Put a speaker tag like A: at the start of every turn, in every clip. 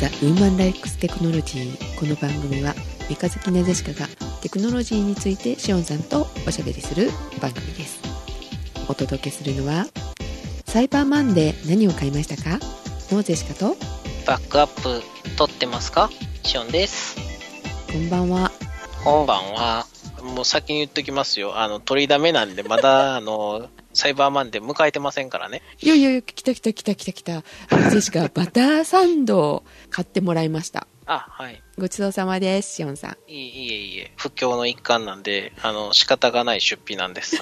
A: ザ・ウーマン・ライクス・テクノロジーこの番組は三日月なぜしかがテクノロジーについてシオンさんとおしゃべりする番組ですお届けするのはサイバーマンデー何を買いましたかノーゼシカと
B: バックアップ取ってますかシオンです。
A: こんばんは
B: こんばんは。もう先に言っときますよ。あの、取りだめなんで、ま だ、あの、サイバーマンデー迎えてませんからね。
A: いやいやいや来た来た来た来た来たノーゼ シカバターサンドを買ってもらいました
B: あ、はい。
A: ごちそうさまですシオンさん
B: いいいえいえ、不況の一環なんで、あの、仕方がない出費なんです。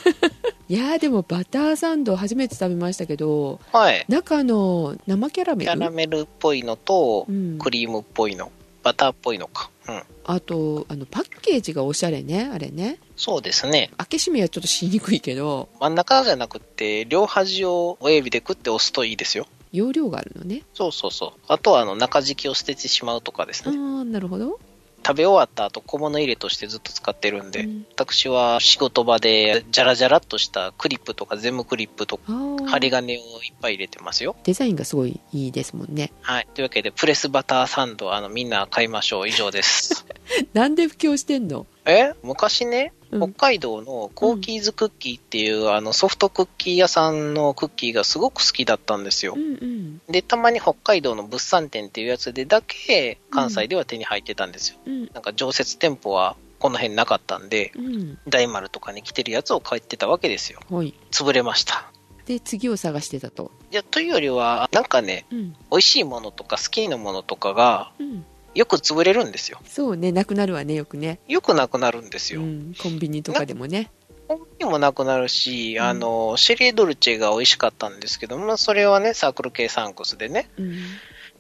A: いやーでもバターサンド初めて食べましたけど
B: はい。
A: 中の生キャラメ
B: キ
A: ル
B: ャラメルっぽいのと
A: う、ん
B: クリームっぽいの、バターっぽいのか。うん。
A: あとあのパッケージがおしゃれねあれね
B: そうですね。
A: 開け閉めはちょっとしにくいけど
B: 真ん中じゃなくて、両端を親指でクッて押すといいですよ。
A: 容量があるのね
B: そうそうそう。あとは、あの、中敷きを捨ててしまうとかです
A: あ
B: ね。
A: あなるほど
B: 食べ終わった後小物入れとしてずっと使ってるんで、
A: うん
B: 私は仕事場でジャラジャラっとしたクリップとかゼムクリップとか
A: あー
B: 針金をいっぱい入れてますよ。
A: デザインがすごいいいですもんね
B: はい。というわけで、プレスバターサンド、あの、みんな買いましょう。以上です。
A: なんで布教してんの
B: え昔ね、
A: うん
B: 北海道のコーキーズクッキーっていう、あの、ソフトクッキー屋さんのクッキーがすごく好きだったんですよ
A: う。んうん
B: で、たまに北海道の物産展っていうやつでだけ関西では手に入ってたんですよ。
A: うん
B: なんか常設店舗はこの辺なかったんで、
A: うん
B: 大丸とかに来てるやつを買ってたわけですよ。
A: はい
B: 潰れました。
A: で次を探してたと
B: いや、というよりは、なんかね、
A: うん
B: 美味しいものとか好きなものとかが、
A: うん
B: よく潰れるんですよ。
A: そうねなくなるわねよくね、
B: よくなくなるんです
A: う
B: よ。
A: ん、コンビニとかでもね
B: 本にもなくなるし、
A: うん
B: あの、シェリードルチェが美味しかったんですけども、それはね、サークル系サンクスでね。
A: うん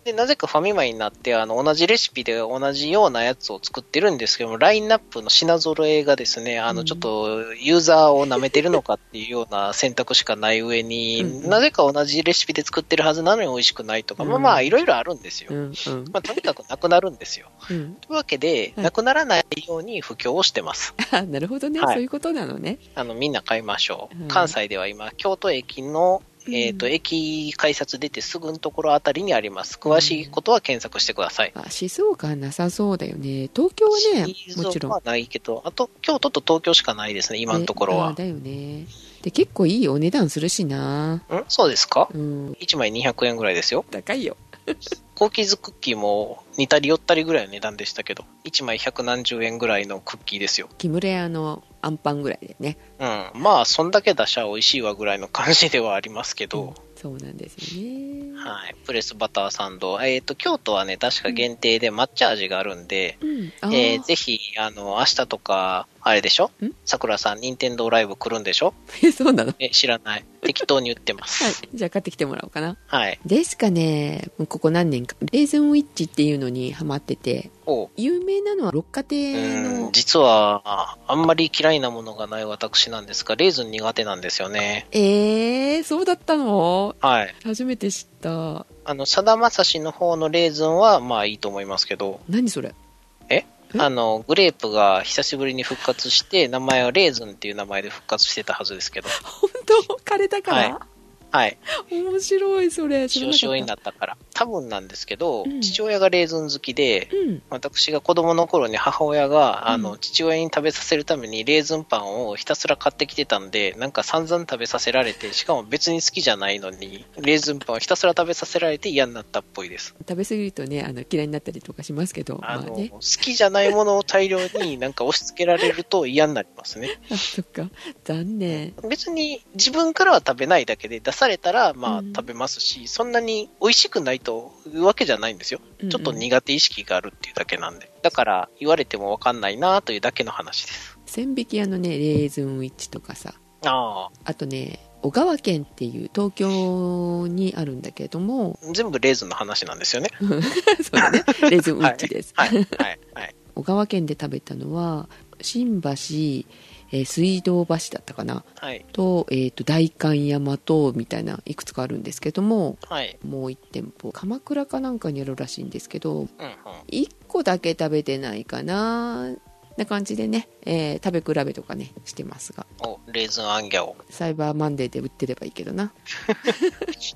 B: で、なぜかファミマになって、あの、同じレシピで同じようなやつを作ってるんですけども、ラインナップの品揃えがですね、あ
A: う
B: の、
A: ん
B: ちょっと、ユーザーを舐めてるのかっていうような選択しかない上に、
A: うん
B: なぜか同じレシピで作ってるはずなのに美味しくないとか、ま
A: う
B: あ
A: ん
B: まあ、いろいろあるんですよ
A: う。 んうん
B: まあ、とにかくなくなるんですよ。
A: うん
B: というわけで、
A: はい
B: なくならないように布教をしてます。
A: あなるほどね、
B: はい
A: そういうことなのね
B: あの、みんな買いましょ
A: うん
B: う。関西では今、京都駅の、えっ、と、
A: うん
B: 駅改札出てすぐのところあたりにあります。詳しいことは検索してください。
A: あ静岡はなさそうだよね東京はね
B: 静
A: もちろ
B: 岡
A: ん
B: はないけど、あと、京都と東京しかないですね、今のところ
A: あ
B: は。
A: だよねで結構いいお値段するしなん
B: そうですか
A: うん
B: ?1 枚200円ぐらいですよ。
A: 高いよ
B: コーキーズクッキーも似たり寄ったりぐらいの値段でしたけど、1枚100何十円ぐらいのクッキーですよ。
A: キムレアのアンパンぐらいでね
B: うん。まあ、そんだけ出しゃ美味しいわぐらいの感じではありますけど、
A: そうなんですよね
B: はい。プレスバターサンド。えっ、と、京都はね、確か限定で抹茶味があるんで、
A: うんあー
B: えーぜひ、あの、明日とか、あれでしょ
A: ん
B: さくらさん、任天堂ライブ来るんでしょ
A: そうなの
B: え、知らない。適当に言って ま
A: は
B: す。
A: いじゃあ買ってきてもらおうかな
B: はい。
A: ですかねもうここ何年かレーズンウィッチっていうのにハマってて
B: おう
A: 有名なのは六花
B: う
A: 亭
B: ー
A: の
B: ん実は、ああんまり嫌いなものがない私なんですが、レーズン苦手なんですよね。
A: えー、そうだったの
B: はい。
A: 初めて知った
B: あの、さだまさしの方のレーズンは、まあいいと思いますけど、
A: 何それえ
B: あの、グレープが久しぶりに復活して、名前はレーズンっていう名前で復活してたはずですけど、
A: 本当枯れたから、
B: はい。
A: 面白いそれ知ら
B: 少
A: なか
B: 々に
A: った
B: なったから。多分なんですけど、
A: うん
B: 父親がレーズン好きで、
A: うん
B: 私が子供の頃に母親が、あ
A: う
B: の、
A: ん
B: 父親に食べさせるためにレーズンパンをひたすら買ってきてたんで、なんか散々食べさせられて、しかも別に好きじゃないのに、レーズンパンをひたすら食べさせられて嫌になったっぽいです。
A: 食べ過ぎるとねあの嫌いになったりとかしますけど
B: あ
A: ま
B: の、
A: あね
B: 好きじゃないものを大量になんか押し付けられると嫌になりますね。
A: あそっか残念
B: 別に自分からは食べないだけで出されたらま
A: う
B: あ
A: ん
B: 食べますし、そんなに美味しくないというわけじゃないんですよ。ちょっと
A: うんうん
B: 苦手意識があるっていうだけなんで。だから、言われてもわかんないなというだけの話です。
A: 千匹屋のねレーズンウィッチとかさ
B: あ
A: あとね小川県っていう東京にあるんだけど も
B: あ、全部レーズンの話なんですよね。
A: そうだねレーズンウィッチです、
B: はい、はい、はい。
A: 小川県で食べたのは新橋、えー水道橋だったかな
B: はい、
A: と,、えーと代官山とみたいないくつかあるんですけども
B: はい。
A: もう1店舗鎌倉かなんかにあるらしいんですけど
B: うん、うん。
A: 1個だけ食べてないかなな感じでね、えー食べ比べとかねしてますが
B: お、レーズンアンギャを。
A: サイバーマンデーで売ってればいいけどな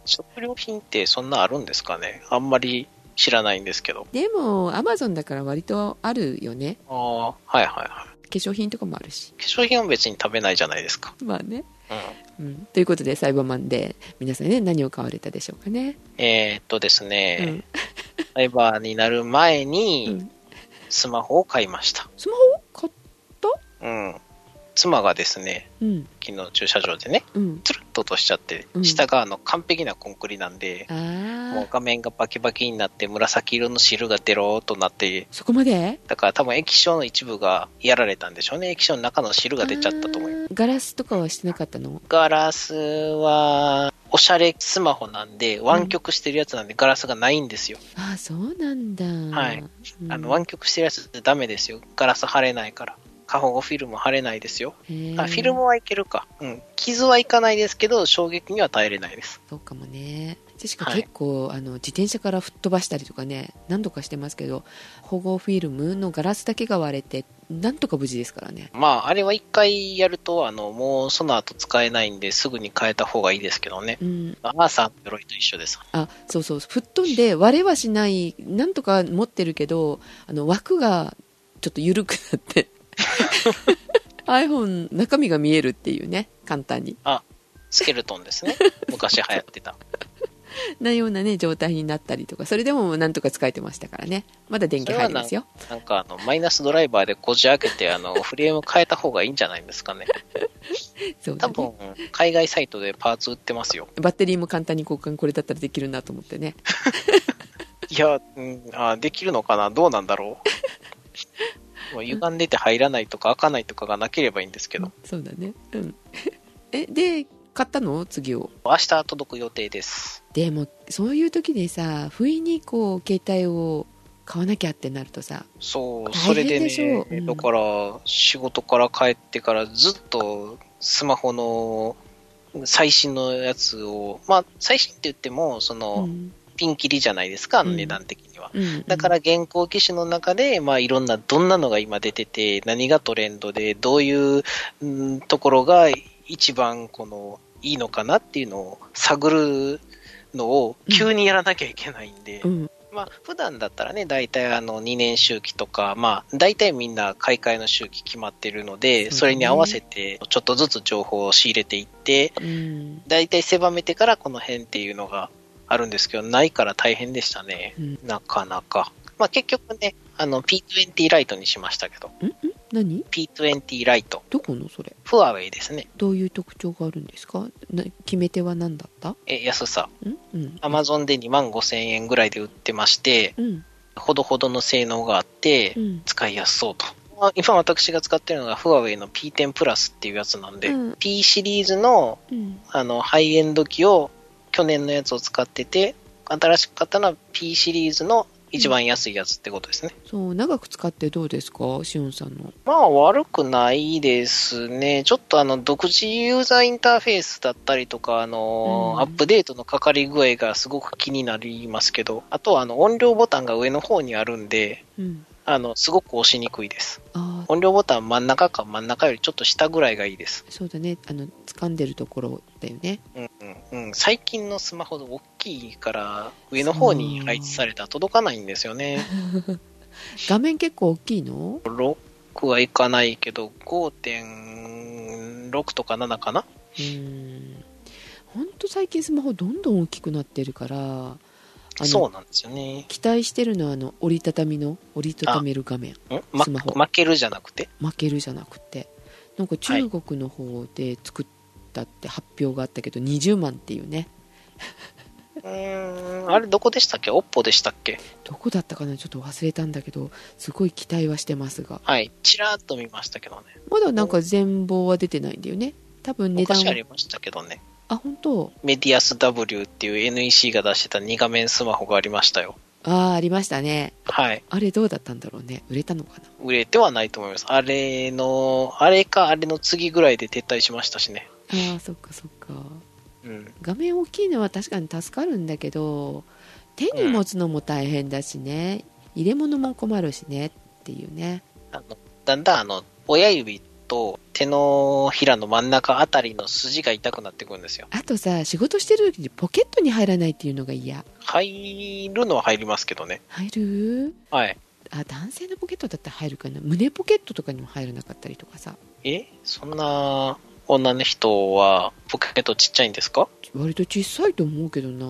B: 食料品ってそんなあるんですかねあんまり知らないんですけど。
A: でもアマゾンだから割とあるよね
B: ああ、はいはいは
A: 化粧品とかもあるし
B: い。化粧品は別に食べないじゃないですか。
A: まあね、
B: うん。
A: うん、ということでサイバーマンで皆さんね何を買われたでしょうかね、
B: えーっとですね、サイバーになる前
A: うんう
B: に
A: ん、
B: スマホを買いました。
A: スマホを買っ
B: うん。妻がですね、
A: うん
B: 昨日駐車場でね、
A: うん
B: つるっと落としちゃって
A: う、ん
B: 下があの完璧なコンクリなんで、も
A: あ
B: う
A: あ
B: 画面がバキバキになって紫色の汁がデローっとなって
A: そこまで
B: だから多分液晶の一部がやられたんでしょうね液晶の中の汁が出ちゃったと思います
A: あーガラスとかはしてなかったの
B: ガラスはおしゃれスマホなんで湾曲してるやつなんでガラスがないんですよ、
A: ああそうなんだ
B: はい、
A: うん
B: あの湾曲してるやつってダメですよガラス貼れないから過保護フィルム貼れないですよ
A: へー
B: あフィルムはいけるかうん傷はいかないですけど衝撃には耐えれないです
A: そうかもねジェシカ
B: はい
A: 結構、あの自転車から吹っ飛ばしたりとかね何度かしてますけど保護フィルムのガラスだけが割れてなんとか無事ですからね
B: まああれは一回やるとあのもうその後使えないんですぐに変えた方がいいですけどね
A: うん
B: アーサーの鎧と一緒です
A: あそうそう吹っ飛んで割れはしないなんとか持ってるけどあの枠がちょっと緩くなって iPhone 中身が見えるっていうね簡単に
B: スケルトンですね昔流行ってた
A: なようなね状態になったりとかそれでもなんとか使えてましたからねまだ電源入りますよ
B: なんかあのマイナスドライバーでこじ開けてあのフレーム変えた方がいいんじゃないんですかね
A: そうだ
B: 多
A: ね
B: 分海外サイトでパーツ売ってますよ
A: バッテリーも簡単に交換これだったらできるなと思ってね
B: いや、うん、あできるのかなどうなんだろ うもう歪んでて入らないとか開かないとかがなければいいんですけど
A: そうだねうんえで買ったの次を
B: 明日届く予定です
A: でもそういう時でさ不意にこう携帯を買わなきゃってなるとさ
B: そうそ
A: 大
B: れ
A: 変
B: で
A: でしょ
B: ね
A: ううん
B: だから仕事から帰ってからずっとスマホの最新のやつをまあ最新って言ってもその、
A: うん
B: ピンキリじゃないですか、あの
A: うん
B: 値段的には。
A: うん
B: だから現行機種の中で、まあ、いろんな、どんなのが今出てて、何がトレンドで、どういううんところが一番このいいのかなっていうのを探るのを急にやらなきゃいけないんで、
A: うん
B: まあ普段だったらね、大体あの2年周期とか、まあ、大体みんな買い替えの周期決まってるので、
A: そう
B: それに合わせ
A: ね
B: てちょっとずつ情報を仕入れていって、
A: うん
B: 大体狭めてからこの辺っていうのがあるんですけど、ないから大変でしたね。
A: うん
B: なかなか。まあ結局ね、あの P20 ライトにしましたけど、
A: 何
B: P20 ライト、
A: どこのそれ
B: フアウェイですね。
A: どういう特徴があるんですかな決め手は何だった
B: え、安さ。
A: うんうん、
B: Amazon で2万5千円ぐらいで売ってまして、
A: うん
B: ほどほどの性能があって
A: う、ん
B: 使いやすそうと。まあ今私が使ってるのがフアウェイの P10 プラスっていうやつなんで、
A: うん
B: P シリーズの
A: うん
B: あの、ハイエンド機を、去年のやつを使ってて、新しく買ったのは P シリーズの一番安いやつってことですね。
A: そう長く使ってどうですかしおんさんの
B: まあ、悪くないですね。ちょっとあの、独自ユーザーインターフェースだったりとか、あの、
A: うん
B: アップデートのかかり具合がすごく気になりますけど、あとはあの、音量ボタンが上の方にあるんで、
A: うん
B: あの、すごく押しにくいです。
A: ああ
B: 音量ボタン真ん中か真ん中よりちょっと下ぐらいがいいです。
A: そうだねあの掴んでるところだよね
B: うんうんうん、最近のスマホ大きいから上の方に配置されたら届かないんですよね
A: 画面結構大きいの
B: 6はいかないけど5.6とか7かな
A: うん本当最近スマホどんどん大きくなってるからあの
B: そうなんですよね
A: 期待してるのはあの折りたたみの折りたためる画面
B: ん、ま、
A: スマホ
B: 負けるじゃなくて
A: 負けるじゃなくてなんか中国の方で作ったって発表があったけど、20万っていうね
B: うーんあれどこでしたっけ OPPO でしたっけ
A: どこだったかなちょっと忘れたんだけどすごい期待はしてますが
B: はいちらっと見ましたけどね
A: まだなんか全貌は出てないんだよね多分値段
B: 昔あ
A: は
B: りましたけどね
A: あ本当
B: メディアス W っていう NEC が出してた2画面スマホがありましたよ
A: ああありましたね
B: はい
A: あれどうだったんだろうね売れたのかな
B: 売れてはないと思いますあれのあれかあれの次ぐらいで撤退しましたしね
A: あーそっかそっか
B: うん
A: 画面大きいのは確かに助かるんだけど手に持つのも大変だしね、入れ物も困るしねっていうね
B: あのだんだんあの親指と手のひらの真ん中あたりの筋が痛くなってくるんですよ。
A: あとさ仕事してる時にポケットに入らないっていうのが嫌
B: 入るのは入りますけどね。
A: 入る
B: はい。
A: あ男性のポケットだったら入るかな胸ポケットとかにも入らなかったりとかさ
B: えそんな女の人はポケットちっちゃいんですか
A: 割と小さいと思うけどな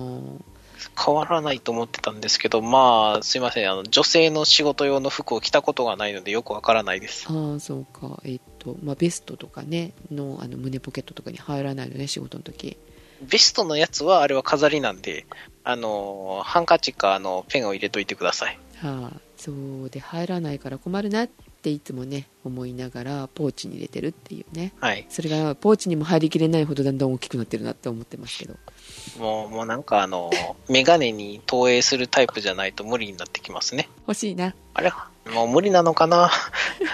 B: 変わらないと思ってたんですけど、まあ、すいません。あの、女性の仕事用の服を着たことがないのでよくわからないです。
A: ああそうかえっとまあベストとかねのあの胸ポケットとかに入らないのね仕事の時
B: ベストのやつは、あれは飾りなんで、あの、ハンカチか、あの、ペンを入れといてください。
A: はあそうで入らないから困るなっていつもね思いながらポーチに入れてるっていうね
B: はい。
A: それがポーチにも入りきれないほどだんだん大きくなってるなって思ってますけど
B: もう、もうなんかあの、メガネに投影するタイプじゃないと無理になってきますね。
A: 欲しいな
B: あれもう無理なのか な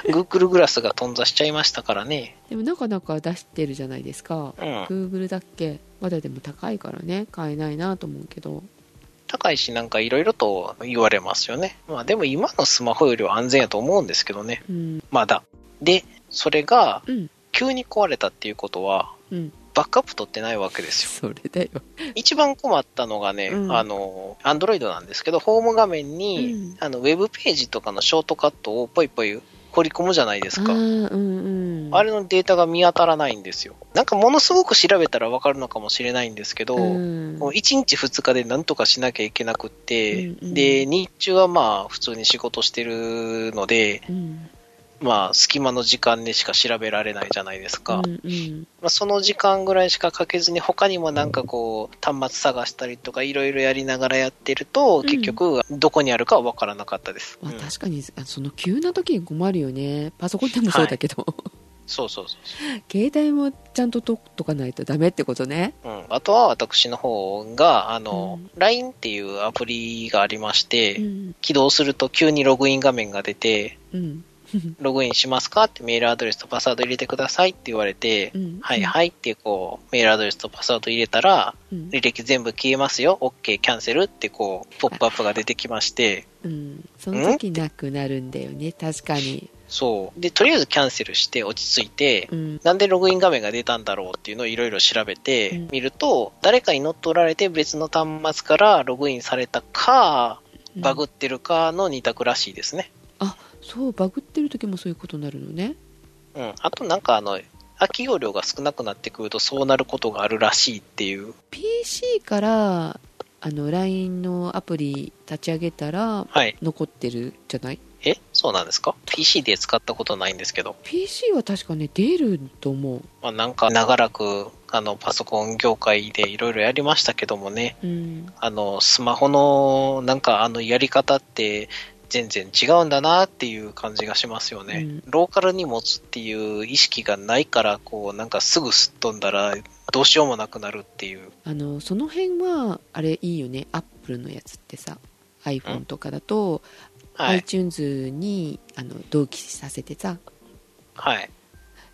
B: ?Google グラスが頓挫しちゃいましたからね。
A: でもなかなか出してるじゃないですか
B: うん。
A: Google だっけまだでも高いからね買えないなと思うけど
B: 高いし、なんかいろいろと言われますよね。まあでも今のスマホよりは安全やと思うんですけどね。
A: うん
B: まだ。で、それが
A: うん
B: 急に壊れたっていうことは、
A: うん
B: バックアップ取ってないわけですよ。
A: それだよ
B: 一番困ったのがね、
A: うん
B: あの、アンドロイドなんですけど、ホーム画面に、
A: うん
B: あの、ウェブページとかのショートカットをぽいぽい掘り込むじゃないですか
A: あ。ーうんうん
B: あれのデータが見当たらないんですよ。なんかものすごく調べたらわかるのかもしれないんですけど、
A: うん
B: もう1日2日でなんとかしなきゃいけなくって、
A: うんうん
B: で、日中はまあ普通に仕事してるので、
A: うん
B: まあ隙間の時間でしか調べられないじゃないですか。
A: うんうん
B: まあ、その時間ぐらいしかかけずに他にもなんかこう端末探したりとかいろいろやりながらやってると、
A: ん
B: 結局どこにあるかはわからなかったです。
A: まあ、
B: うん
A: 確かにあその急な時に困るよねパソコンでもそうだけど、
B: そうそうそう。
A: 携帯もちゃんと取っとかないとダメってことね
B: うん、あとは私の方が、あの、
A: うん
B: LINE っていうアプリがありまして、
A: うん
B: 起動すると急にログイン画面が出て、
A: うん
B: ログインしますかってメールアドレスとパスワード入れてくださいって言われて、
A: うん
B: はいはいってこう、メールアドレスとパスワード入れたら、
A: うん
B: 履歴全部消えますよ、OK、キャンセルってこう、ポップアップが出てきまして、
A: うんその時なくなるんだよね確かに
B: そう。で、とりあえずキャンセルして落ち着いて、
A: うん
B: なんでログイン画面が出たんだろうっていうのをいろいろ調べ
A: う
B: て
A: ん
B: みると、誰かに乗っ取られて別の端末からログインされたか、バグってるかの二択らしいですね。
A: そうバグってる時もそういうことになるのね
B: うん。あとなんかあの、空き容量が少なくなってくるとそうなることがあるらしいっていう。
A: PC からあの LINE のアプリ立ち上げたら
B: はい。
A: 残ってるじゃない
B: えそうなんですか ?PC で使ったことないんですけど。
A: PC は確かね出ると思う
B: まあなんか長らく、あの、パソコン業界でいろいろやりましたけどもね、
A: うん
B: あの、スマホの、なんかあの、やり方って、全然違うんだなっていう感じがしますよね。ローカルに持つっていう意識がないから、こう、なんかすぐすっ飛んだら、どうしようもなくなるっていう。
A: あのその辺はあれいいよねアップルのやつってさ iPhone とかだと、
B: はい。
A: iTunes にあの同期させてさ、
B: はい。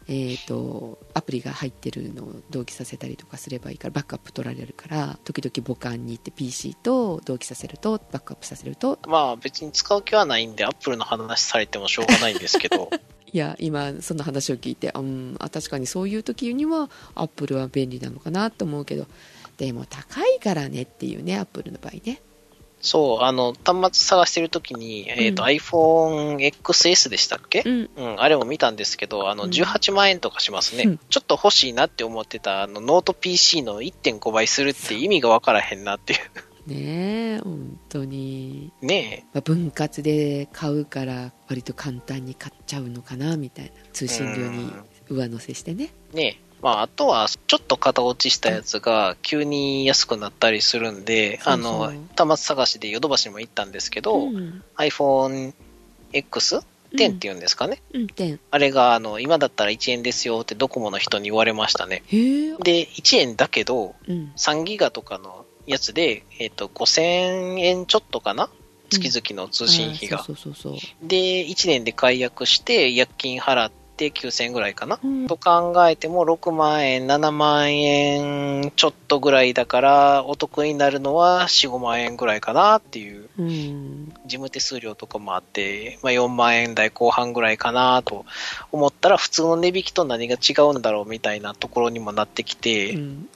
A: えー、とアプリが入ってるのを同期させたりとかすればいいからバックアップ取られるから時々母艦に行って PC と同期させるとバックアップさせると
B: まあ別に使う気はないんで、アップルの話されてもしょうがないんですけど、
A: いや今その話を聞いてうんあ確かにそういう時にはアップルは便利なのかなと思うけどでも高いからねっていうねアップルの場合ね
B: そう、あの、端末探してるときに、えっ、と、
A: うん
B: iPhoneXS でしたっけ
A: うん
B: うん、あれも見たんですけど、あ
A: う
B: の、
A: ん
B: 18万円とかしますね。
A: うん
B: ちょっと欲しいなって思ってた、あの、ノート PC の1.5倍するって意味がわからへんなってい
A: ねえ本当に
B: う。 ね
A: まあ分割で買うから割と簡単に買っちゃうのかなみたいな通信料に上乗せしてね
B: え、ねえ。まあ、あとは、ちょっと型落ちしたやつが、急に安くなったりするんで、
A: そう
B: あ
A: そう
B: の、端末探しでヨドバシも行ったんですけど、
A: ん
B: iPhone X10 っていうんですかね。
A: うん点
B: あれが、あの、今だったら1円ですよってドコモの人に言われましたね。
A: へえ
B: で、1円だけど、
A: うん
B: 3ギガとかのやつで、えっと5000円ちょっとかな月々の通信費が、
A: あーそうそうそうそう
B: で1年で解約して薬金払っって9000円ぐらいかな、
A: うん
B: と考えても6万円、7万円ちょっとぐらいだから、お得になるのは4、5万円ぐらいかなっていう、
A: うん
B: 事務手数料とかもあって、まあ、4万円台後半ぐらいかなと思ったら、普通の値引きと何が違うんだろうみたいなところにもなってき
A: う
B: て、
A: ん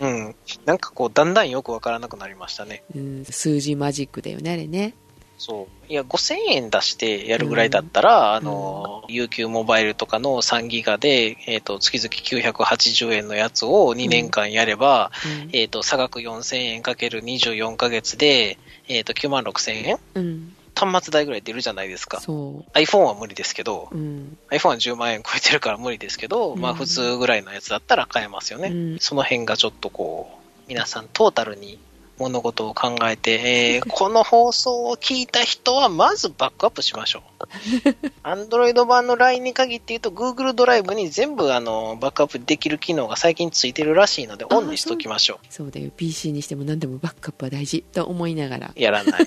B: うん、なんかこう、だんだんよくわからなくなりましたね。
A: うん、数字マジックだよねあれね
B: そう。いや、5000円出してやるぐらいだったら、あの、UQ モバイルとかの3ギガで、えっ、と、月々980円のやつを2年間やれば、えっ、と、差額4000円かける24ヶ月で、えっ、と、9万6000円
A: うん、うん、
B: 端末代ぐらい出るじゃないですか。
A: そ
B: iPhone は無理ですけど、
A: う、うん、
B: iPhone は10万円超えてるから無理ですけど、ま
A: う
B: あ
A: ん
B: 普通ぐらいのやつだったら買えますよね。
A: うん
B: その辺がちょっとこう、皆さんトータルに物事を考えて、えー この放送を聞いた人はまずバックアップしましょ う。Android 版の LINE に限って言うと Google ドライブに全部あのバックアップできる機能が最近ついてるらしいので
A: あ
B: オンにしときましょ
A: そうだよ PC にしても何でもバックアップは大事と思いながら
B: う。やらない。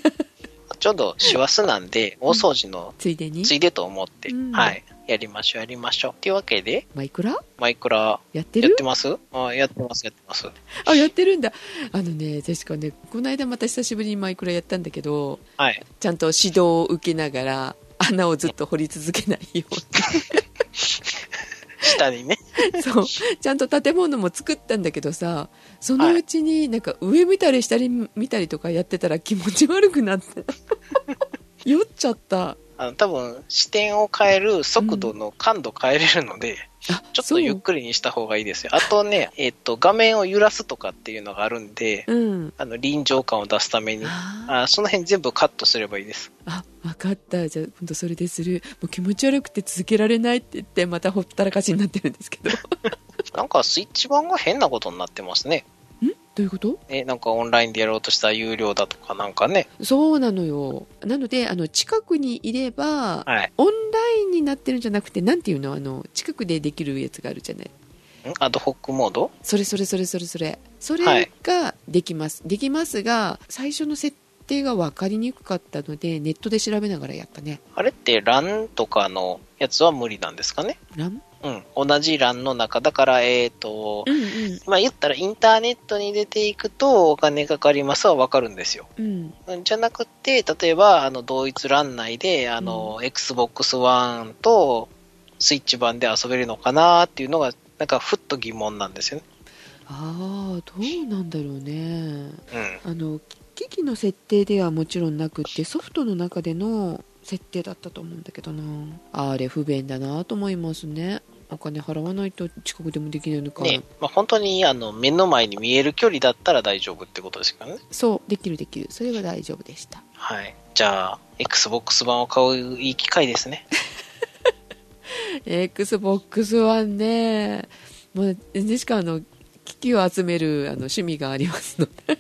B: ちょうど師走なんで大掃除の
A: ついでに
B: ついでと思って、
A: うん
B: はい。やりましょう、やりましょう。っていうわけで、
A: マイクラ
B: マイクラ
A: やって
B: やっ
A: る
B: てますあやってます、やってます。
A: あやってるんだあのね確かねこの間また久しぶりにマイクラやったんだけど
B: はい。
A: ちゃんと指導を受けながら穴をずっと掘り続けないよ
B: 下にね。
A: うにそうちゃんと建物も作ったんだけどさそのうちになんか上見たり下に見たりとかやってたら気持ち悪くなって 酔っちゃった
B: あの、多分、視点を変える速度の感度変えれるので、
A: あ
B: ちょっとゆっくりにした方がいいですよ。あとね、えっと、画面を揺らすとかっていうのがあるんで、
A: そううん
B: あの、臨場感を出すために、
A: あ
B: あその辺全部カットすればいいです。
A: あ分かったじゃあ今度それでするもう気持ち悪くて続けられないって言ってまたほったらかしになってるんです けどんど
B: なんか、スイッチ版が変なことになってますね。
A: ういうこと
B: え、なんかオンラインでやろうとした有料だとかなんかね。
A: そうなのよなのであの近くにいれば、
B: はい。
A: オンラインになってるんじゃなくてなんていうのあの近くでできるやつがあるじゃない
B: んアドホックモード
A: それそれそれそれそれそ
B: はい
A: れができます、できますが最初の設定が分かりにくかったのでネットで調べながらやったね
B: あれって、LAN とかのやつは無理なんですかね
A: ラン
B: うん。同じ LAN の中。だから、えっ、と、
A: うんうん
B: まあ言ったらインターネットに出ていくとお金かかりますはわかるんですよ。
A: うん
B: じゃなくて、例えば、あの、同一欄内で、あの、Xbox One とスイッチ版で遊べるのかなっていうのが、なんかふっと疑問なんですよね。
A: ああどうなんだろうね
B: うん。
A: あの機器の設定ではもちろんなくってソフトの中での設定だったと思うんだけどなあれ不便だなと思いますねお金払わないと近くでもできないのか、
B: ね、まあ本当に、あの、目の前に見える距離だったら大丈夫ってことですからね。
A: そうできるできるそれは大丈夫でした
B: はい。じゃあ、Xbox 版を買ういい機会で すね。
A: XBOX はねもうジェシカあの機器を集めるあの趣味がありますので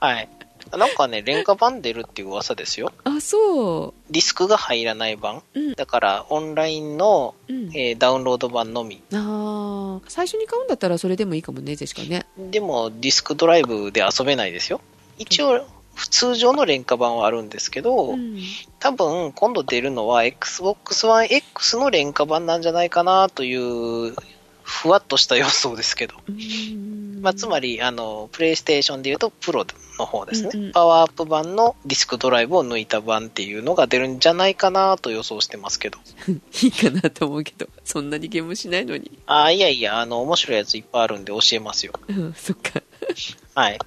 B: はい。なんかね、廉価版出るっていう噂ですよ。
A: あそ
B: ディスクが入らない版。
A: うん
B: だから、オンラインの
A: う、うん、
B: えーダウンロード版のみ。
A: あー最初に買うんだったらそれでもいいかもねジェシカね
B: でも、ディスクドライブで遊べないですよ。一応、通常の廉価版はあるんですけど、
A: うん
B: 多分今度出るのは Xbox One X の廉価版なんじゃないかなという、ふわっとした予想ですけど。
A: うん
B: まあ、つまり、あの、プレイステーションで言うと、プロの方ですね、
A: うんうん
B: パワーアップ版のディスクドライブを抜いた版っていうのが出るんじゃないかなと予想してますけど。
A: いいかなと思うけどそんなにゲームしないのに
B: あーいやいや、あの、面白いやついっぱいあるんで教えますよ。
A: うんそっか
B: はい。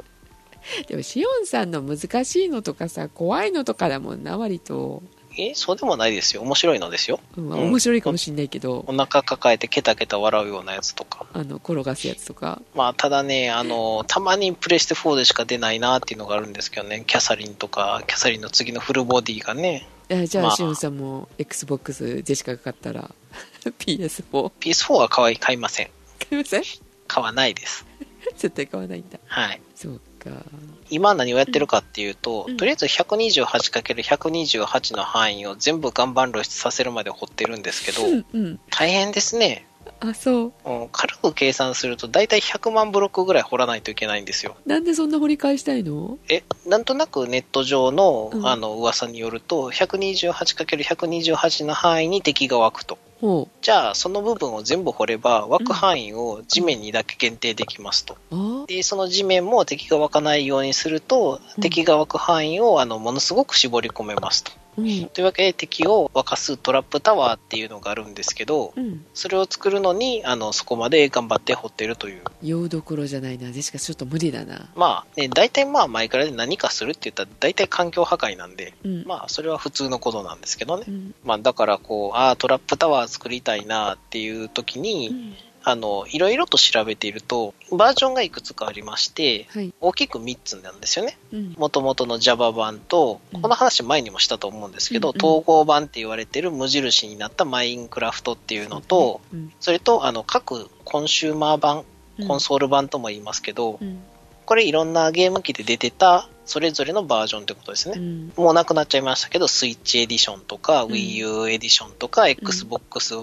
A: でもしおんさんの難しいのとかさ怖いのとかだもんな割と、
B: え、そうでもないですよ。面白いのですよ。
A: うんまあ
B: うん
A: 面白いかもしんないけど、
B: お腹抱えてケタケタ笑うようなやつとか。
A: あの転がすやつとか
B: まあ、ただね、あの、たまにプレステ4でしか出ないなっていうのがあるんですけどね。キャサリンとか、キャサリンの次のフルボディがね、
A: あじゃ
B: ま
A: あ
B: あ
A: しおんさんも XBOX ジェシカが買ったら PS4
B: PS4 は買い、買いません。
A: 買いません
B: 買わないです。
A: 絶対買わないんだ
B: はい。
A: そうか
B: 今何をやってるかっていうと、
A: うん
B: とりあえず 128×128 の範囲を全部岩盤露出させるまで掘ってるんですけど、
A: うんうん
B: 大変ですね。
A: あそう
B: うん軽く計算すると大体100万ブロックぐらい掘らないといけないんですよ。
A: なんでそんな掘り返したいの
B: えなんとなくネット上の,、
A: うん
B: あの噂によると 128×128 の範囲に敵が湧くと
A: あほ
B: じゃあその部分を全部掘れば枠範囲を地面にだけ限定できますと。
A: うあ
B: でその地面も敵が湧かないようにすると
A: うん
B: 敵が湧く範囲をあのものすごく絞り込めますと。
A: うん
B: というわけで敵を沸かすトラップタワーっていうのがあるんですけど
A: うん
B: それを作るのにあのそこまで頑張って掘ってるという
A: 用どころじゃないなジェシカちょっと無理だな
B: まあね大体まあ前からで何かするって言ったら大体環境破壊なんで
A: うん
B: まあそれは普通のことなんですけどね
A: うん
B: まあだからこうああトラップタワー作りたいなっていう時
A: う
B: に
A: ん
B: あのいろいろと調べているとバージョンがいくつかありまして
A: はい
B: 大きく3つなんですよね
A: うん
B: もともとの Java 版と、
A: うん
B: この話前にもしたと思うんですけど、
A: うんうん
B: 統合版って言われてる無印になったマインクラフトっていうのと、
A: うん
B: それとあの各コンシューマー版、
A: うん
B: コンソール版とも言いますけど、
A: うん
B: これいろんなゲーム機で出てたそれぞれのバージョンってことです
A: う
B: ね。
A: ん
B: もうなくなっちゃいましたけど、スイッチエディションとか、
A: うん
B: Wii U エディションとか、Xbox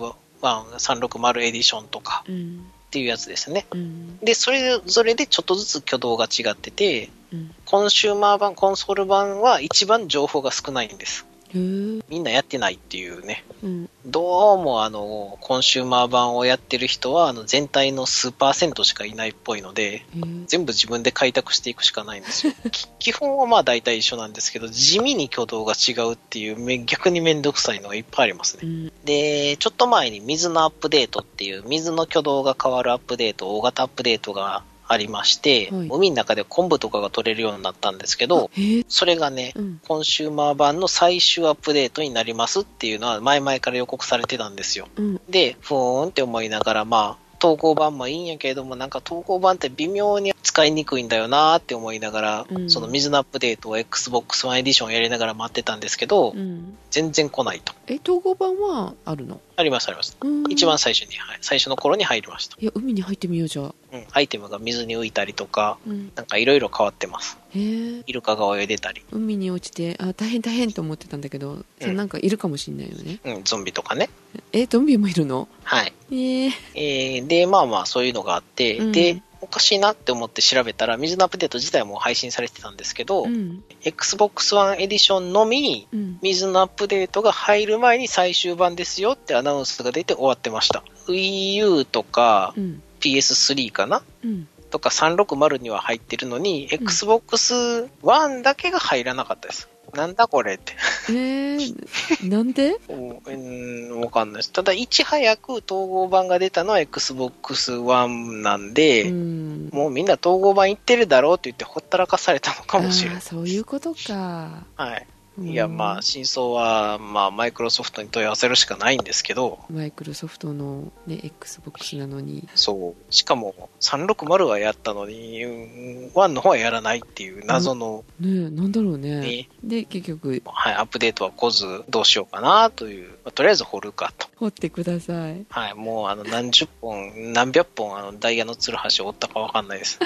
B: 360エディションとか
A: うん
B: っていうやつですね。
A: うん
B: で、それぞれでちょっとずつ挙動が違ってて、
A: うん
B: コンシューマー版、コンソール版は一番情報が少ないんです。
A: へー
B: みんなやってないっていうね。
A: うん
B: どうもあの、コンシューマー版をやってる人は、あの、全体の数パーセントしかいないっぽいので、
A: へー
B: 全部自分で開拓していくしかないんですよ。 き基本はまあ大体一緒なんですけど、地味に挙動が違うっていう、め逆にめんどくさいのがいっぱいありますね
A: う。ん
B: で、ちょっと前に水のアップデートっていう、水の挙動が変わるアップデート、大型アップデートがありまして、
A: はい
B: 海の中で昆布とかが取れるようになったんですけ
A: あ
B: ど、
A: へー
B: それがね、
A: うん
B: コンシューマー版の最終アップデートになりますっていうのは前々から予告されてたんですよ。
A: うん
B: で、ふーんって思いながら、まあ、統合版もいいんやけれども、なんか統合版って微妙に使いにくいんだよなーって思いながら、
A: うん
B: その水のアップデートを Xbox One エディションやりながら待ってたんですけど、
A: うん
B: 全然来ないと。
A: え統合版はあるの
B: ありました、ありました。
A: うん
B: 一番最初に、はい最初の頃に入りました。
A: いや海に入ってみようじゃあ
B: うん、アイテムが水に浮いたりとか、
A: うん
B: なんかいろいろ変わってます。
A: へー
B: イルカが泳いでたり、
A: 海に落ちてあ大変大変と思ってたんだけど、それなんかいるかもしんないよね
B: うん、ゾンビとかね。
A: えゾンビもいるの
B: はい。
A: ええ
B: えーで、まあまあ、そういうのがあって、
A: うん
B: で、おかしいなって思って調べたら、水のアップデート自体はもう配信されてたんですけど、
A: うん、
B: Xbox One エディションのみ、
A: うん、
B: 水のアップデートが入る前に最終版ですよってアナウンスが出て終わってました。Wii U とか
A: うん
B: PS3 かな
A: うん
B: とか360には入ってるのに、
A: ん
B: Xbox One だけが入らなかったです。なんだこれって。
A: えー、なんで
B: おうーん、わかんないです。ただ、いち早く統合版が出たのは Xbox One なんで、
A: うん
B: もうみんな統合版いってるだろうって言ってほったらかされたのかもしれ
A: あ
B: な
A: ー
B: い。
A: そういうことか、
B: はい。
A: うん
B: いや、まあ、真相は、まあ、マイクロソフトに問い合わせるしかないんですけど、
A: マイクロソフトの、ね、XBOX なのに
B: そう。しかも、360はやったのに、うん1の方はやらないっていう謎の、
A: ねえなんだろうね
B: ね
A: で結局
B: はい、アップデートは来ず、どうしようかなという、まあとりあえず掘るかと。
A: 掘ってください
B: はい、もう、あの、何十本、何百本、あの、ダイヤのツルハシを折ったかわかんないです。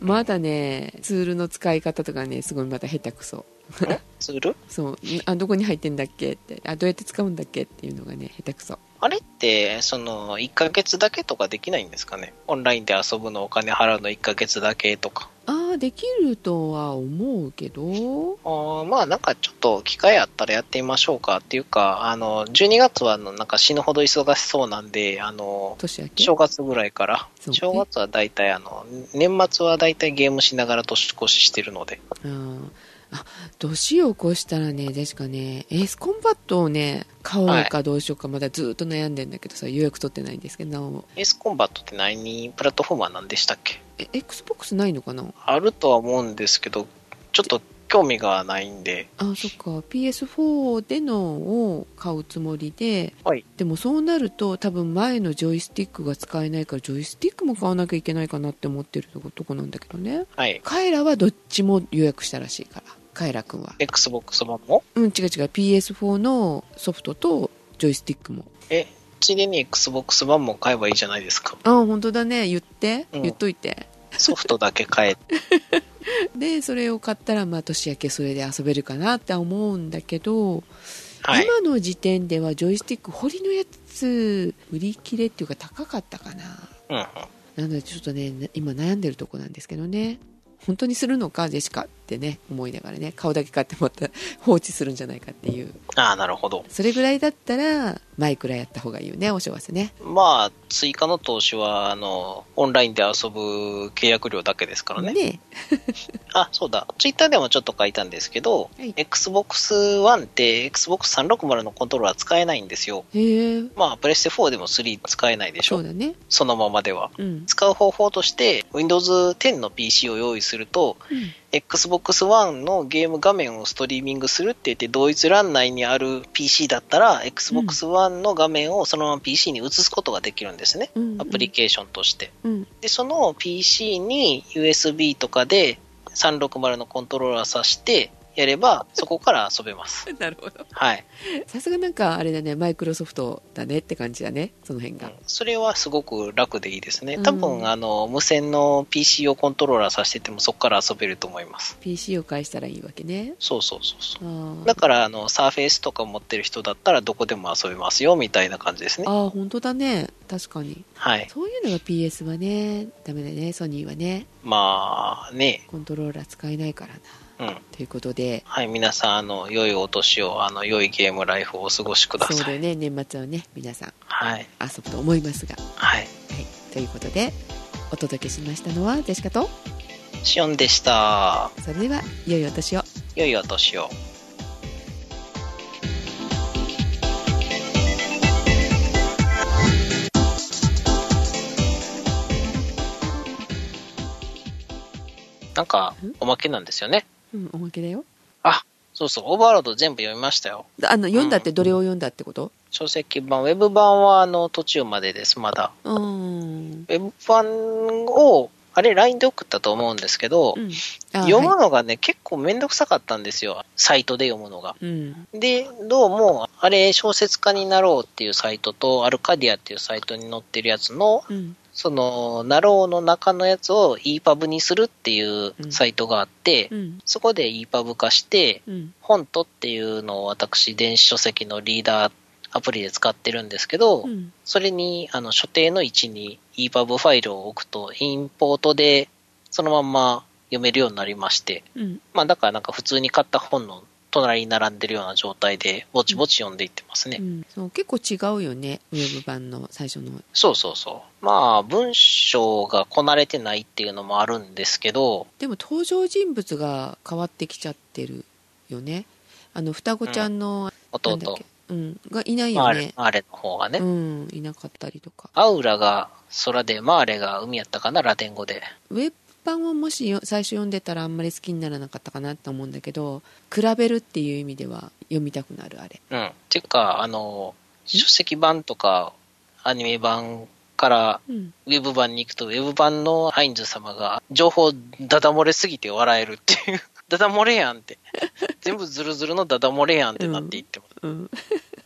A: まだねツールの使い方とかねすごいまだ下手くそ
B: ツール
A: そうんあどこに入ってんだっけってあどうやって使うんだっけっていうのがね下手くそ
B: あれって、その、1ヶ月だけとかできないんですかねオンラインで遊ぶのお金払うの1ヶ月だけとか。
A: ああできるとは思うけど
B: あーまあなんかちょっと機会あったらやってみましょうかっていうか、あの、12月はあのなんか死ぬほど忙しそうなんで、あの、
A: 年明け
B: 正月ぐらいから、
A: そうね
B: 正月は大体あの、年末は大体ゲームしながら年越ししてるので、
A: うんあ年を越したらね確かねエースコンバットをね買おうかどうしようかまだずっと悩んでんだけどさ予約取ってないんですけどなおも
B: エースコンバットって何プラットフォームは何でしたっけ
A: え XBOX ないのかな
B: あるとは思うんですけど、ちょっと興味がないんで、
A: あそっか PS4 でのを買うつもりで、
B: はい
A: でもそうなると多分前のジョイスティックが使えないからジョイスティックも買わなきゃいけないかなって思ってるとこなんだけどね
B: はい。
A: カエラはどっちも予約したらしいからカエラくんは
B: Xbox 版も
A: うん違う違う PS4 のソフトとジョイスティックも
B: え、ついでに Xbox 版も買えばいいじゃないですか。
A: あ本当だね言って、
B: うん
A: 言っといて
B: ソフトだけ買え。
A: でそれを買ったらまあ年明けそれで遊べるかなって思うんだけど、
B: はい。
A: 今の時点ではジョイスティック掘りのやつ売り切れっていうか高かったかな
B: うんう
A: な
B: ん。
A: のでちょっとねな今悩んでるとこなんですけどね本当にするのかジェシカっってね思いながらね顔だけ買ってまた放置するんじゃないかっていう
B: ああ、なるほど。
A: それぐらいだったら前くらいやった方がいいよねお正月ね
B: まあ、追加の投資は、あの、オンラインで遊ぶ契約料だけですからね。あ、そうだ。ツイッターでもちょっと書いたんですけど、
A: はい
B: Xbox One って Xbox 360のコントローラー使えないんですよ。
A: へえ
B: まあ、プレステ4でも3使えないでし
A: そう
B: ょ。
A: だね
B: そのままでは。
A: うん、
B: 使う方法として、Windows 10の PC を用意すると、Xbox One のゲーム画面をストリーミングするって言って、同一欄内にある PC だったら、Xbox One の画面をそのまま PC に移すことができるんですね。
A: うんうん
B: アプリ、ケーションとして。
A: うん、
B: で、その PC に USB とかで360のコントローラー挿してやれば、そこから遊べ ます。
A: なるほど
B: はい。
A: さすがなんかあれだねマイクロソフトだねって感じだねその辺が、
B: それはすごく楽でいいですね。多分、
A: うん
B: あの、無線の PC をコントローラー挿してても、そこから遊べると思います。
A: PC を返したらいいわけね
B: そうそうそうそう。
A: あー
B: だから、あの、サーフェイスとか持ってる人だったら、どこでも遊べますよ、みたいな感じですね。
A: あー本当だね確かに
B: はい。
A: そういうのが PS はねダメだねソニーはね
B: まあ、ね、
A: コントローラー使えないからな
B: うん。
A: ということで
B: はい、皆さん、あの、良いお年を、あの、良いゲームライフをお過ごしくだ
A: そうだ
B: さ
A: よ
B: い。
A: ね年末はね皆さん
B: はい。
A: 遊ぶと思いますが、は
B: はい。
A: い、ということでお届けしましたのはジェシカと
B: シオンでした。
A: それでは良いお年を
B: 良いお年を。なんか
A: ん、
B: おまけなんですよね。
A: うんおまけだよ
B: あ、そうそう、オーバーロード全部読みましたよ。
A: あの読んだってどれを読んだってこと
B: 書籍版、ウェブ版は、あの、途中までです、まだ。
A: うーん
B: ウェブ版を、あれ、LINE で送ったと思うんですけど、
A: うんあ
B: 読む
A: は
B: のがね、結構めんどくさかったんですよ。サイトで読むのが。
A: いうん
B: で、どうも、あれ、小説家になろうっていうサイトと、アルカディアっていうサイトに載ってるやつの、
A: うん
B: その、なろうの中のやつを EPUB にするっていう
A: うん
B: サイトがあって、
A: うん
B: そこで EPUB 化して、
A: うん
B: 本とっていうのを私、電子書籍のリーダーアプリで使ってるんですけど、
A: うん
B: それに、あの、所定の位置に EPUB ファイルを置くと、インポートで、そのまんま読めるようになりまして、
A: うん
B: まあだからなんか普通に買った本の隣に並んでるような状態で、ぼちぼち読んでいってますね。
A: うんそう結構違うよねウェブ版の最初の
B: そうそうそう。まあ文章がこなれてないっていうのもあるんですけど、
A: でも登場人物が変わってきちゃってるよねあの双子ちゃんの、なんだっ
B: 弟
A: け、、うん、がいない
B: マ
A: よ
B: ー
A: ね
B: レ、マーレの方がね、
A: うんいなかったりとか
B: アウラが空で、マーレが海やったかな、ラテン語で。
A: ウェブ版をもしよ最初読んでたらあんまり好きにならなかったかなと思うんだけど比べるっていう意味では読みたくなるあれ
B: うん。ていうか、あの、書籍版とかアニメ版から
A: うん
B: ウェブ版に行くと、ウェブ版のハインズ様が、情報ダダ漏れすぎて笑えるっていう。 ダダ漏れや んって。全部ズルズルのダダ漏れやんってなっていってます。
A: うん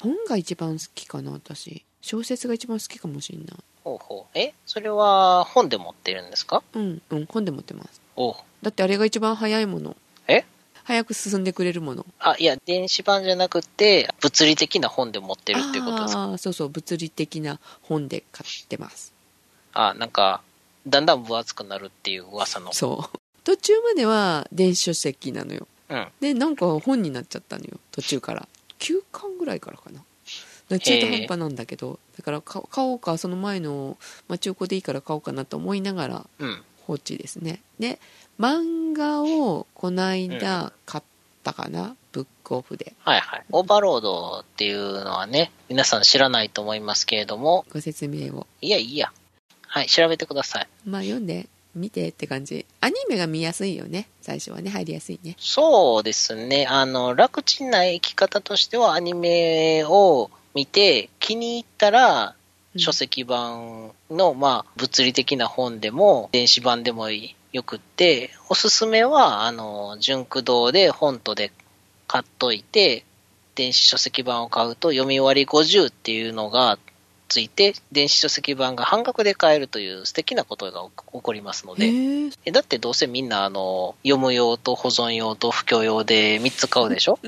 A: 本が一番好きかな私小説が一番好きかもしんない
B: ほうほう。えそれは本で持ってるんですか
A: うんうん本で持ってます
B: おう
A: だってあれが一番早いもの
B: え
A: 早く進んでくれるもの
B: あ、いや、電子版じゃなくて、物理的な本で持ってるっていうことですか
A: ああそうそう物理的な本で買ってます
B: あなんか、だんだん分厚くなるっていう噂の。
A: そう途中までは電子書籍なのよ
B: うん。
A: でなんか本になっちゃったのよ途中から9巻ぐらいからかなだから中途半端なんだけどだから買買おうかその前の、まあ、中古でいいから買おうかなと思いながら
B: うん。
A: 放置ですねで漫画をこの間買ったかな、ブックオフで
B: はいはい。オーバーロードっていうのはね、皆さん知らないと思いますけれども、
A: ご説明を
B: いやいいや。はい、調べてください。
A: まあ読んで見てって感じアニメが見やすいよね最初はね入りやすいね
B: そうですね。あの、楽ちんな生き方としてはアニメを見て気に入ったら、
A: うん
B: 書籍版の、まあ、物理的な本でも、電子版でもいいよくって、おすすめは、あの、純駆動で本とで買っといて、電子書籍版を買うと読み終わり50っていうのがついて、電子書籍版が半額で買えるという素敵なことが起こりますの
A: へ
B: で、
A: え
B: えだってどうせみんなあの読む用と保存用と布教用で3つ買うで しょ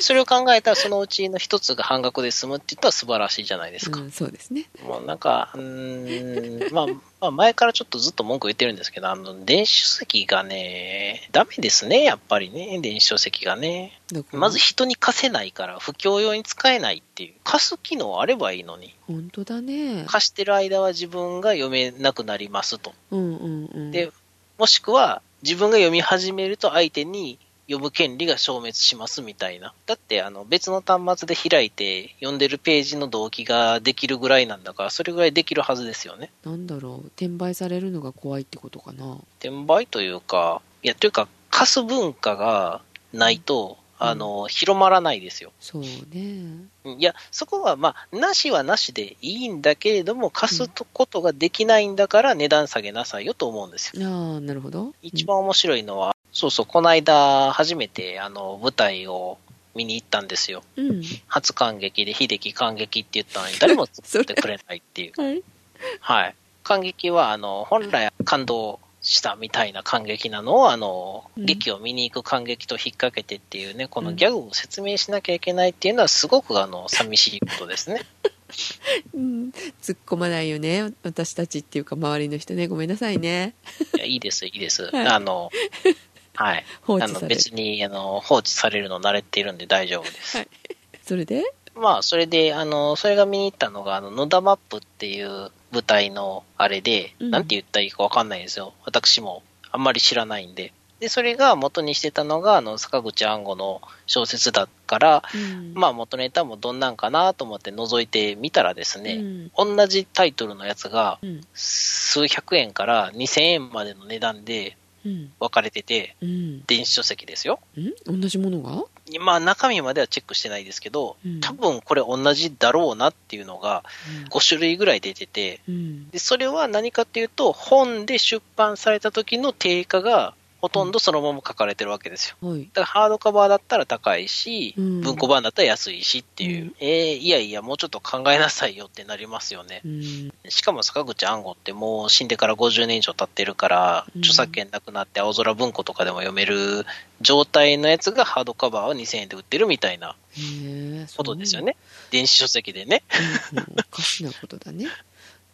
B: それを考えたらそのうちの1つが半額で済むって言ったら素晴らしいじゃないですか。
A: うん、そうですね
B: もうなんか、うーん、まあ、 まあ、前からちょっとずっと文句言ってるんですけど、あの、電子書籍がね、ダメですね、やっぱりね、電子書籍がね。
A: だから
B: まず人に貸せないから、不況用に使えないっていう。貸す機能あればいいのに。
A: 本当だね
B: 貸してる間は自分が読めなくなりますと。
A: うんうんうん
B: で、もしくは、自分が読み始めると相手に読む権利が消滅しますみたいな。だって、あの、別の端末で開いて、読んでるページの動機ができるぐらいなんだから、それぐらいできるはずですよね。
A: なんだろう転売されるのが怖いってことかな
B: 転売というか、いや、というか、貸す文化がないと、
A: うん
B: あの、広まらないですよ。
A: そうね
B: いや、そこは、まあ、なしはなしでいいんだけれども、貸すことができないんだから、値段下げなさいよと思うんですよ。
A: ああなるほど
B: 一番面白いのは、そうそう、この間、初めて、あの、舞台を見に行ったんですよ。
A: うん、うん
B: 初感激で、秀樹感激って言ったのに、誰も作ってくれないっ ていう。
A: はい
B: はい。感激は、あの、本来感動したみたいな感激なのを、あの、
A: うん
B: 劇を見に行く感激と引っ掛けてっていうね、こ
A: う
B: の
A: ん
B: ギャグを説明しなきゃいけないっていうのは、すごく、あの、寂しいことで すね。
A: うん突っ込まないよね私たちっていうか周りの人ねごめんなさいね
B: いや、いいです、いいです。
A: はい
B: あの、はい。
A: 放置
B: あの、
A: される
B: 別に、あの、放置されるの慣れているんで大丈夫です。
A: はいそれで
B: まあ、それで、あの、それが見に行ったのが、あの、野田マップっていう舞台のあれで、
A: うん
B: なんて言ったらいいかわかんないんですよ。私も、あんまり知らないんで。で、それが元にしてたのが、あの、坂口安吾の小説だから、
A: うん
B: まあ、元ネタもどんなんかなと思って覗いてみたらです
A: う
B: ね、
A: ん
B: 同じタイトルのやつが、
A: うん
B: 数百円から2000円までの値段で
A: うん
B: 分かれてて、
A: うん
B: 電子書籍ですよ。
A: うん同じものが
B: まあ、中身まではチェックしてないですけど、
A: うん
B: 多分これ同じだろうなっていうのが5種類ぐらい出てて、
A: うん
B: でそれは何かっていうと、本で出版された時の定価がほとんどそのまま書かれてるわけですよ。
A: うんはい
B: だからハードカバーだったら高いし、
A: うん
B: 文庫版だったら安いしっていう、
A: うん
B: えーいやいや、もうちょっと考えなさいよってなりますよね。
A: うん
B: しかも坂口安吾ってもう死んでから50年以上経ってるから、
A: うん
B: 著作権なくなって青空文庫とかでも読める状態のやつがハードカバーは2000円で売ってるみたいな
A: へえそうな
B: こと
A: ん
B: ですよね。電子書籍でね。
A: うんうんおかしなことだね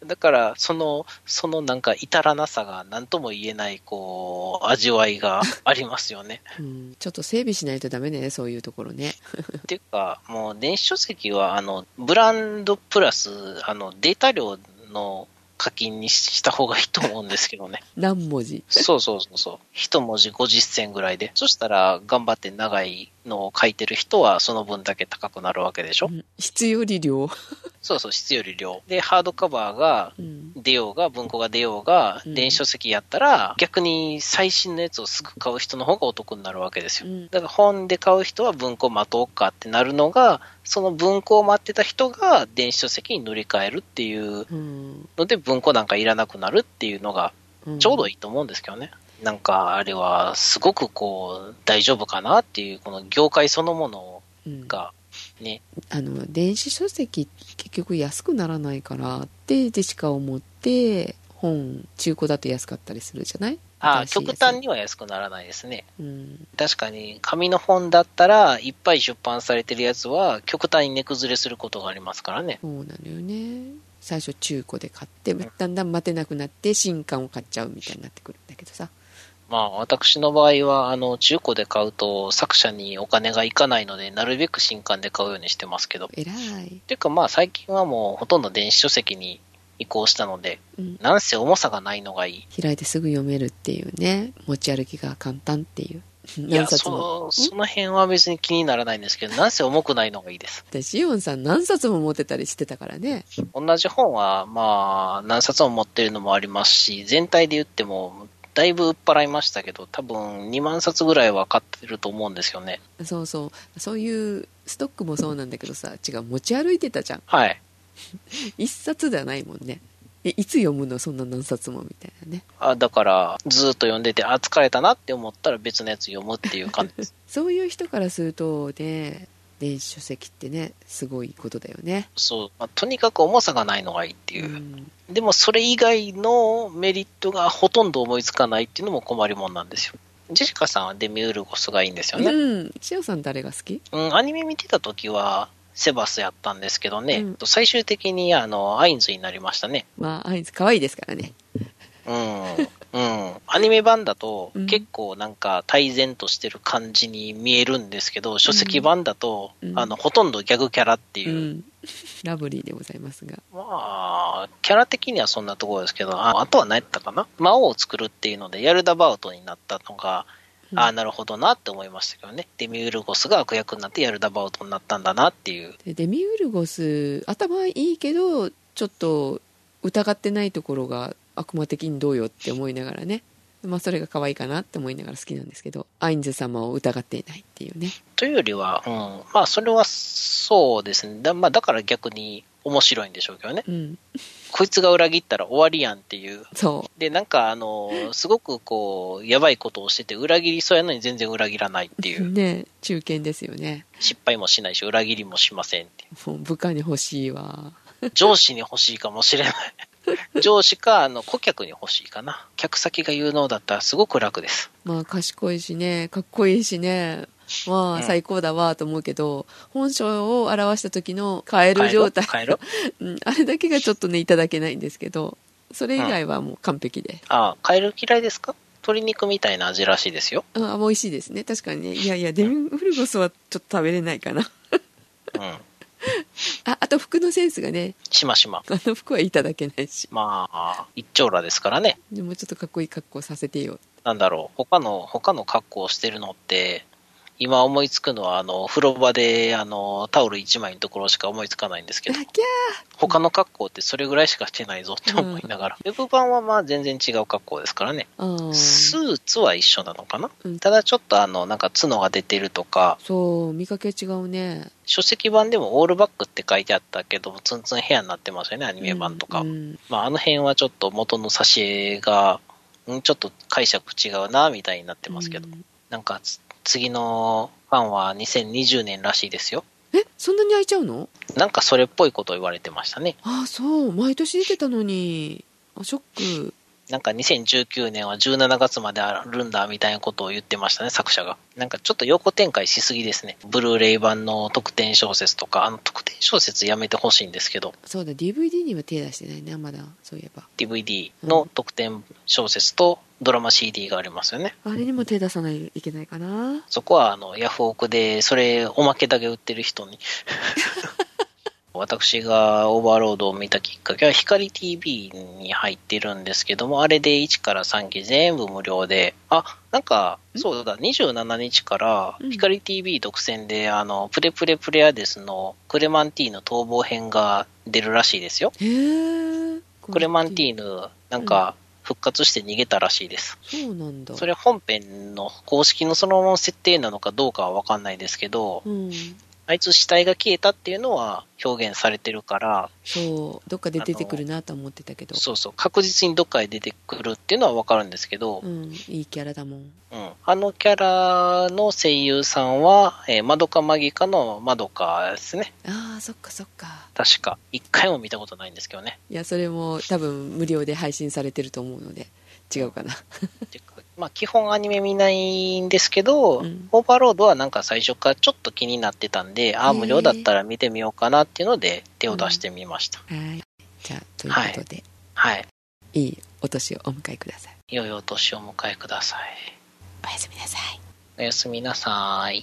B: だから、その、そのなんか至らなさが何とも言えない、こう、味わ いがありますよね。
A: うんちょっと整備しないとダメねそういうところね
B: っていうか、もう電子書籍は、あの、ブランドプラス、あの、データ量の課金にした方がいいと思うんですけどね。
A: 何文字
B: そうそうそうそう。一文字50銭ぐらいで。そしたら、頑張って長いのを書いてる人は、その分だけ高くなるわけでしょ、
A: うん必要利量、
B: そうそう、質より量。で、ハードカバーが
A: うん、
B: 出ようが、文庫が出ようが、
A: うん
B: 電子書籍やったら、逆に最新のやつをすぐ買う人の方がお得になるわけですよ。
A: うん
B: だから本で買う人は文庫待とうかってなるのが、その文庫を待ってた人が電子書籍に乗り換えるっていう
A: うん
B: ので、文庫なんかいらなくなるっていうのがちょうどいいと思うんですけどね。なんかあれはすごくこう大丈夫かなっていうこの業界そのもの
A: うん
B: がね、
A: あの電子書籍結局安くならないからってジェシカを持って本中古だと安かったりするじゃない
B: あ
A: 新しい
B: 極
A: やつ
B: 端には安くならないですね。
A: うん
B: 確かに紙の本だったらいっぱい出版されてるやつは極端に値崩れすることがありますからね。
A: そうなのよね最初中古で買ってだんだん待てなくなって新刊を買っちゃうみたいになってくるんだけどさ
B: まあ私の場合はあの中古で買うと作者にお金がいかないのでなるべく新刊で買うようにしてますけど。
A: 偉い、
B: ていうかまあ最近はもうほとんど電子書籍に移行したので、
A: うん、
B: なんせ重さがないのがいい。
A: 開いてすぐ読めるっていうね持ち歩きが簡単っていう
B: いや
A: 何冊も
B: そその辺は別に気にならないんですけど、なんせ重くないのがいいです。
A: でシオンさん何冊も持ってたりしてたからね
B: 同じ本は、まあ、何冊も持ってるのもありますし、全体で言っても、だいぶ売っ払いましたけど、多分2万冊ぐらいは買ってると思うんですよね。
A: そうそうそういうストックもそうなんだけどさ違う持ち歩いてたじゃん
B: はい。
A: 一冊ではないもんねえいつ読むのそんな何冊もみたいなね
B: あだから、ずっと読んでて、あ、 疲れたなって思ったら別のやつ読むっていう感じです。
A: そういう人からするとね電子書籍ってねすごいことだよね。
B: そう、まあ、とにかく重さがないのがいいっていうう、
A: ん
B: でもそれ以外のメリットがほとんど思いつかないっていうのも困りもんなんですよ。ジェシカさんはデミウルゴスがいいんですよね。
A: うん、千代さん誰が好き
B: うん、アニメ見てた時はセバスやったんですけどね、
A: うん
B: 最終的にあのアインズになりましたね。
A: まあアイズ可愛いですからね
B: うん、うん、アニメ版だと
A: うん
B: 結構なんか大然としてる感じに見えるんですけど、書籍版だと、
A: うん
B: あのほとんどギャグキャラっていうう、
A: ん、 ラブリーでございますが
B: まあキャラ的にはそんなところですけどああとは何やったかな魔王を作るっていうのでヤルダバウトになったのが、
A: うん
B: ああなるほどなって思いましたけどねデミウルゴスが悪役になってヤルダバウトになったんだなっていう
A: でデミウルゴス頭いいけどちょっと疑ってないところが悪魔的にどうよって思いながらねまあそれが可愛いかなって思いながら好きなんですけどアインズ様を疑っていないっていうね
B: というよりは、うん、まあそれはそうですねだ,、まあ、だから逆に面白いんでしょうけどね
A: うん
B: こいつが裏切ったら終わりやんっていう
A: そ
B: でなんかあのすごくこうやばいことをしてて裏切りそうやのに全然裏切らないっていうう
A: ね中堅ですよね
B: 失敗もしないし裏切りもしませんっていう
A: もう部下に欲しいわ
B: 上司に欲しいかもしれない上司かあの顧客に欲しいかな客先が有能だったらすごく楽です
A: まあ賢いしねかっこいいしねま
B: う
A: あ
B: ん
A: 最高だわと思うけど、本性を表した時のカエル状態
B: 帰ろ
A: うんあれだけがちょっとねいただけないんですけどそれ以外はもう完璧で、
B: ああ帰る嫌いですか鶏肉みたいな味らしいですよ、
A: あ美味しいですね確か にねいやいやデミウルゴスはちょっと食べれないかな
B: うん、
A: ああと服のセンスがね
B: しましま
A: あの服はいただけないし
B: まあ一丁羅ですからね
A: でもうちょっとかっこいい格好させてよ
B: なんだろう、他の、他の格好をしてるのって、今思いつくのは、あの、風呂場で、あの、タオル1枚のところしか思いつかないんです
A: あ
B: け
A: き
B: ど
A: ゃ、
B: 他の格好ってそれぐらいしかしてないぞって思いながら、ウェブ版はまあ全然違う格好ですからね。
A: ーあー
B: スーツは一緒なのかな、
A: うん
B: ただちょっとあの、なんか角が出てるとか、
A: そう見かけ違うね
B: 書籍版でもオールバックって書いてあったけども、ツンツンヘアになってますよね、アニメ版とか。
A: うんうん
B: まあ、あの辺はちょっと元の挿絵が、んちょっと解釈違うな、みたいになってますけど。
A: うん
B: なんかつ次のファンは2020年らしいですよ。
A: えそんなに開いちゃうの
B: なんかそれっぽいことを言われてましたね。
A: ああそう毎年出てたのにあショック
B: なんか2019年は17月まであるんだみたいなことを言ってましたね、作者が。なんかちょっと横展開しすぎですね。ブルーレイ版の特典小説とか、あの特典小説やめてほしいんですけど、
A: そうだ DVD には手出してないなまだそういえば
B: DVD の特典小説とドラマ CD がありますよね。
A: あれにも手出さないといけないかな
B: そこはあのヤフオクで、それおまけだけ売ってる人 に。私がオーバーロードを見たきっかけは、光 TV に入ってるんですけども、あれで1から3期全部無料で、あ、なんか、そうだ、27日から
A: うん、
B: 光 TV 独占で、あの、プレプレプレアデスのクレマンティーヌ逃亡編が出るらしいですよ。
A: へえ
B: クレマンティーヌ、なんか、復活して逃げたらしいです。
A: そうなんだ
B: それ本編の公式のそのまま設定なのかどうかは分かんないですけど、
A: うん
B: あいつ死体が消えたっていうのは表現されてるから、
A: そうどっかで出てくるなとは思ってたけど
B: そうそう、確実にどっかへ出てくるっていうのは分かるんですけど、
A: うんいいキャラだもん
B: うんあのキャラの声優さんは、えー、マドカマギカのマドカですね。
A: あーそっかそっか
B: 確か。一回も見たことないんですけどね。
A: いやそれも多分無料で配信されてると思うので違うかな
B: てかまあ、基本アニメ見ないんですけど、
A: うん
B: オーバーロードはなんか最初からちょっと気になってたんで、ああ、
A: へー
B: 無料だったら見てみようかなっていうので手を出してみました。
A: はいじゃあということで、
B: はい。
A: い、いお年をお迎えください
B: 良いお年をお迎えください。
A: おやすみなさい
B: おやすみなさい。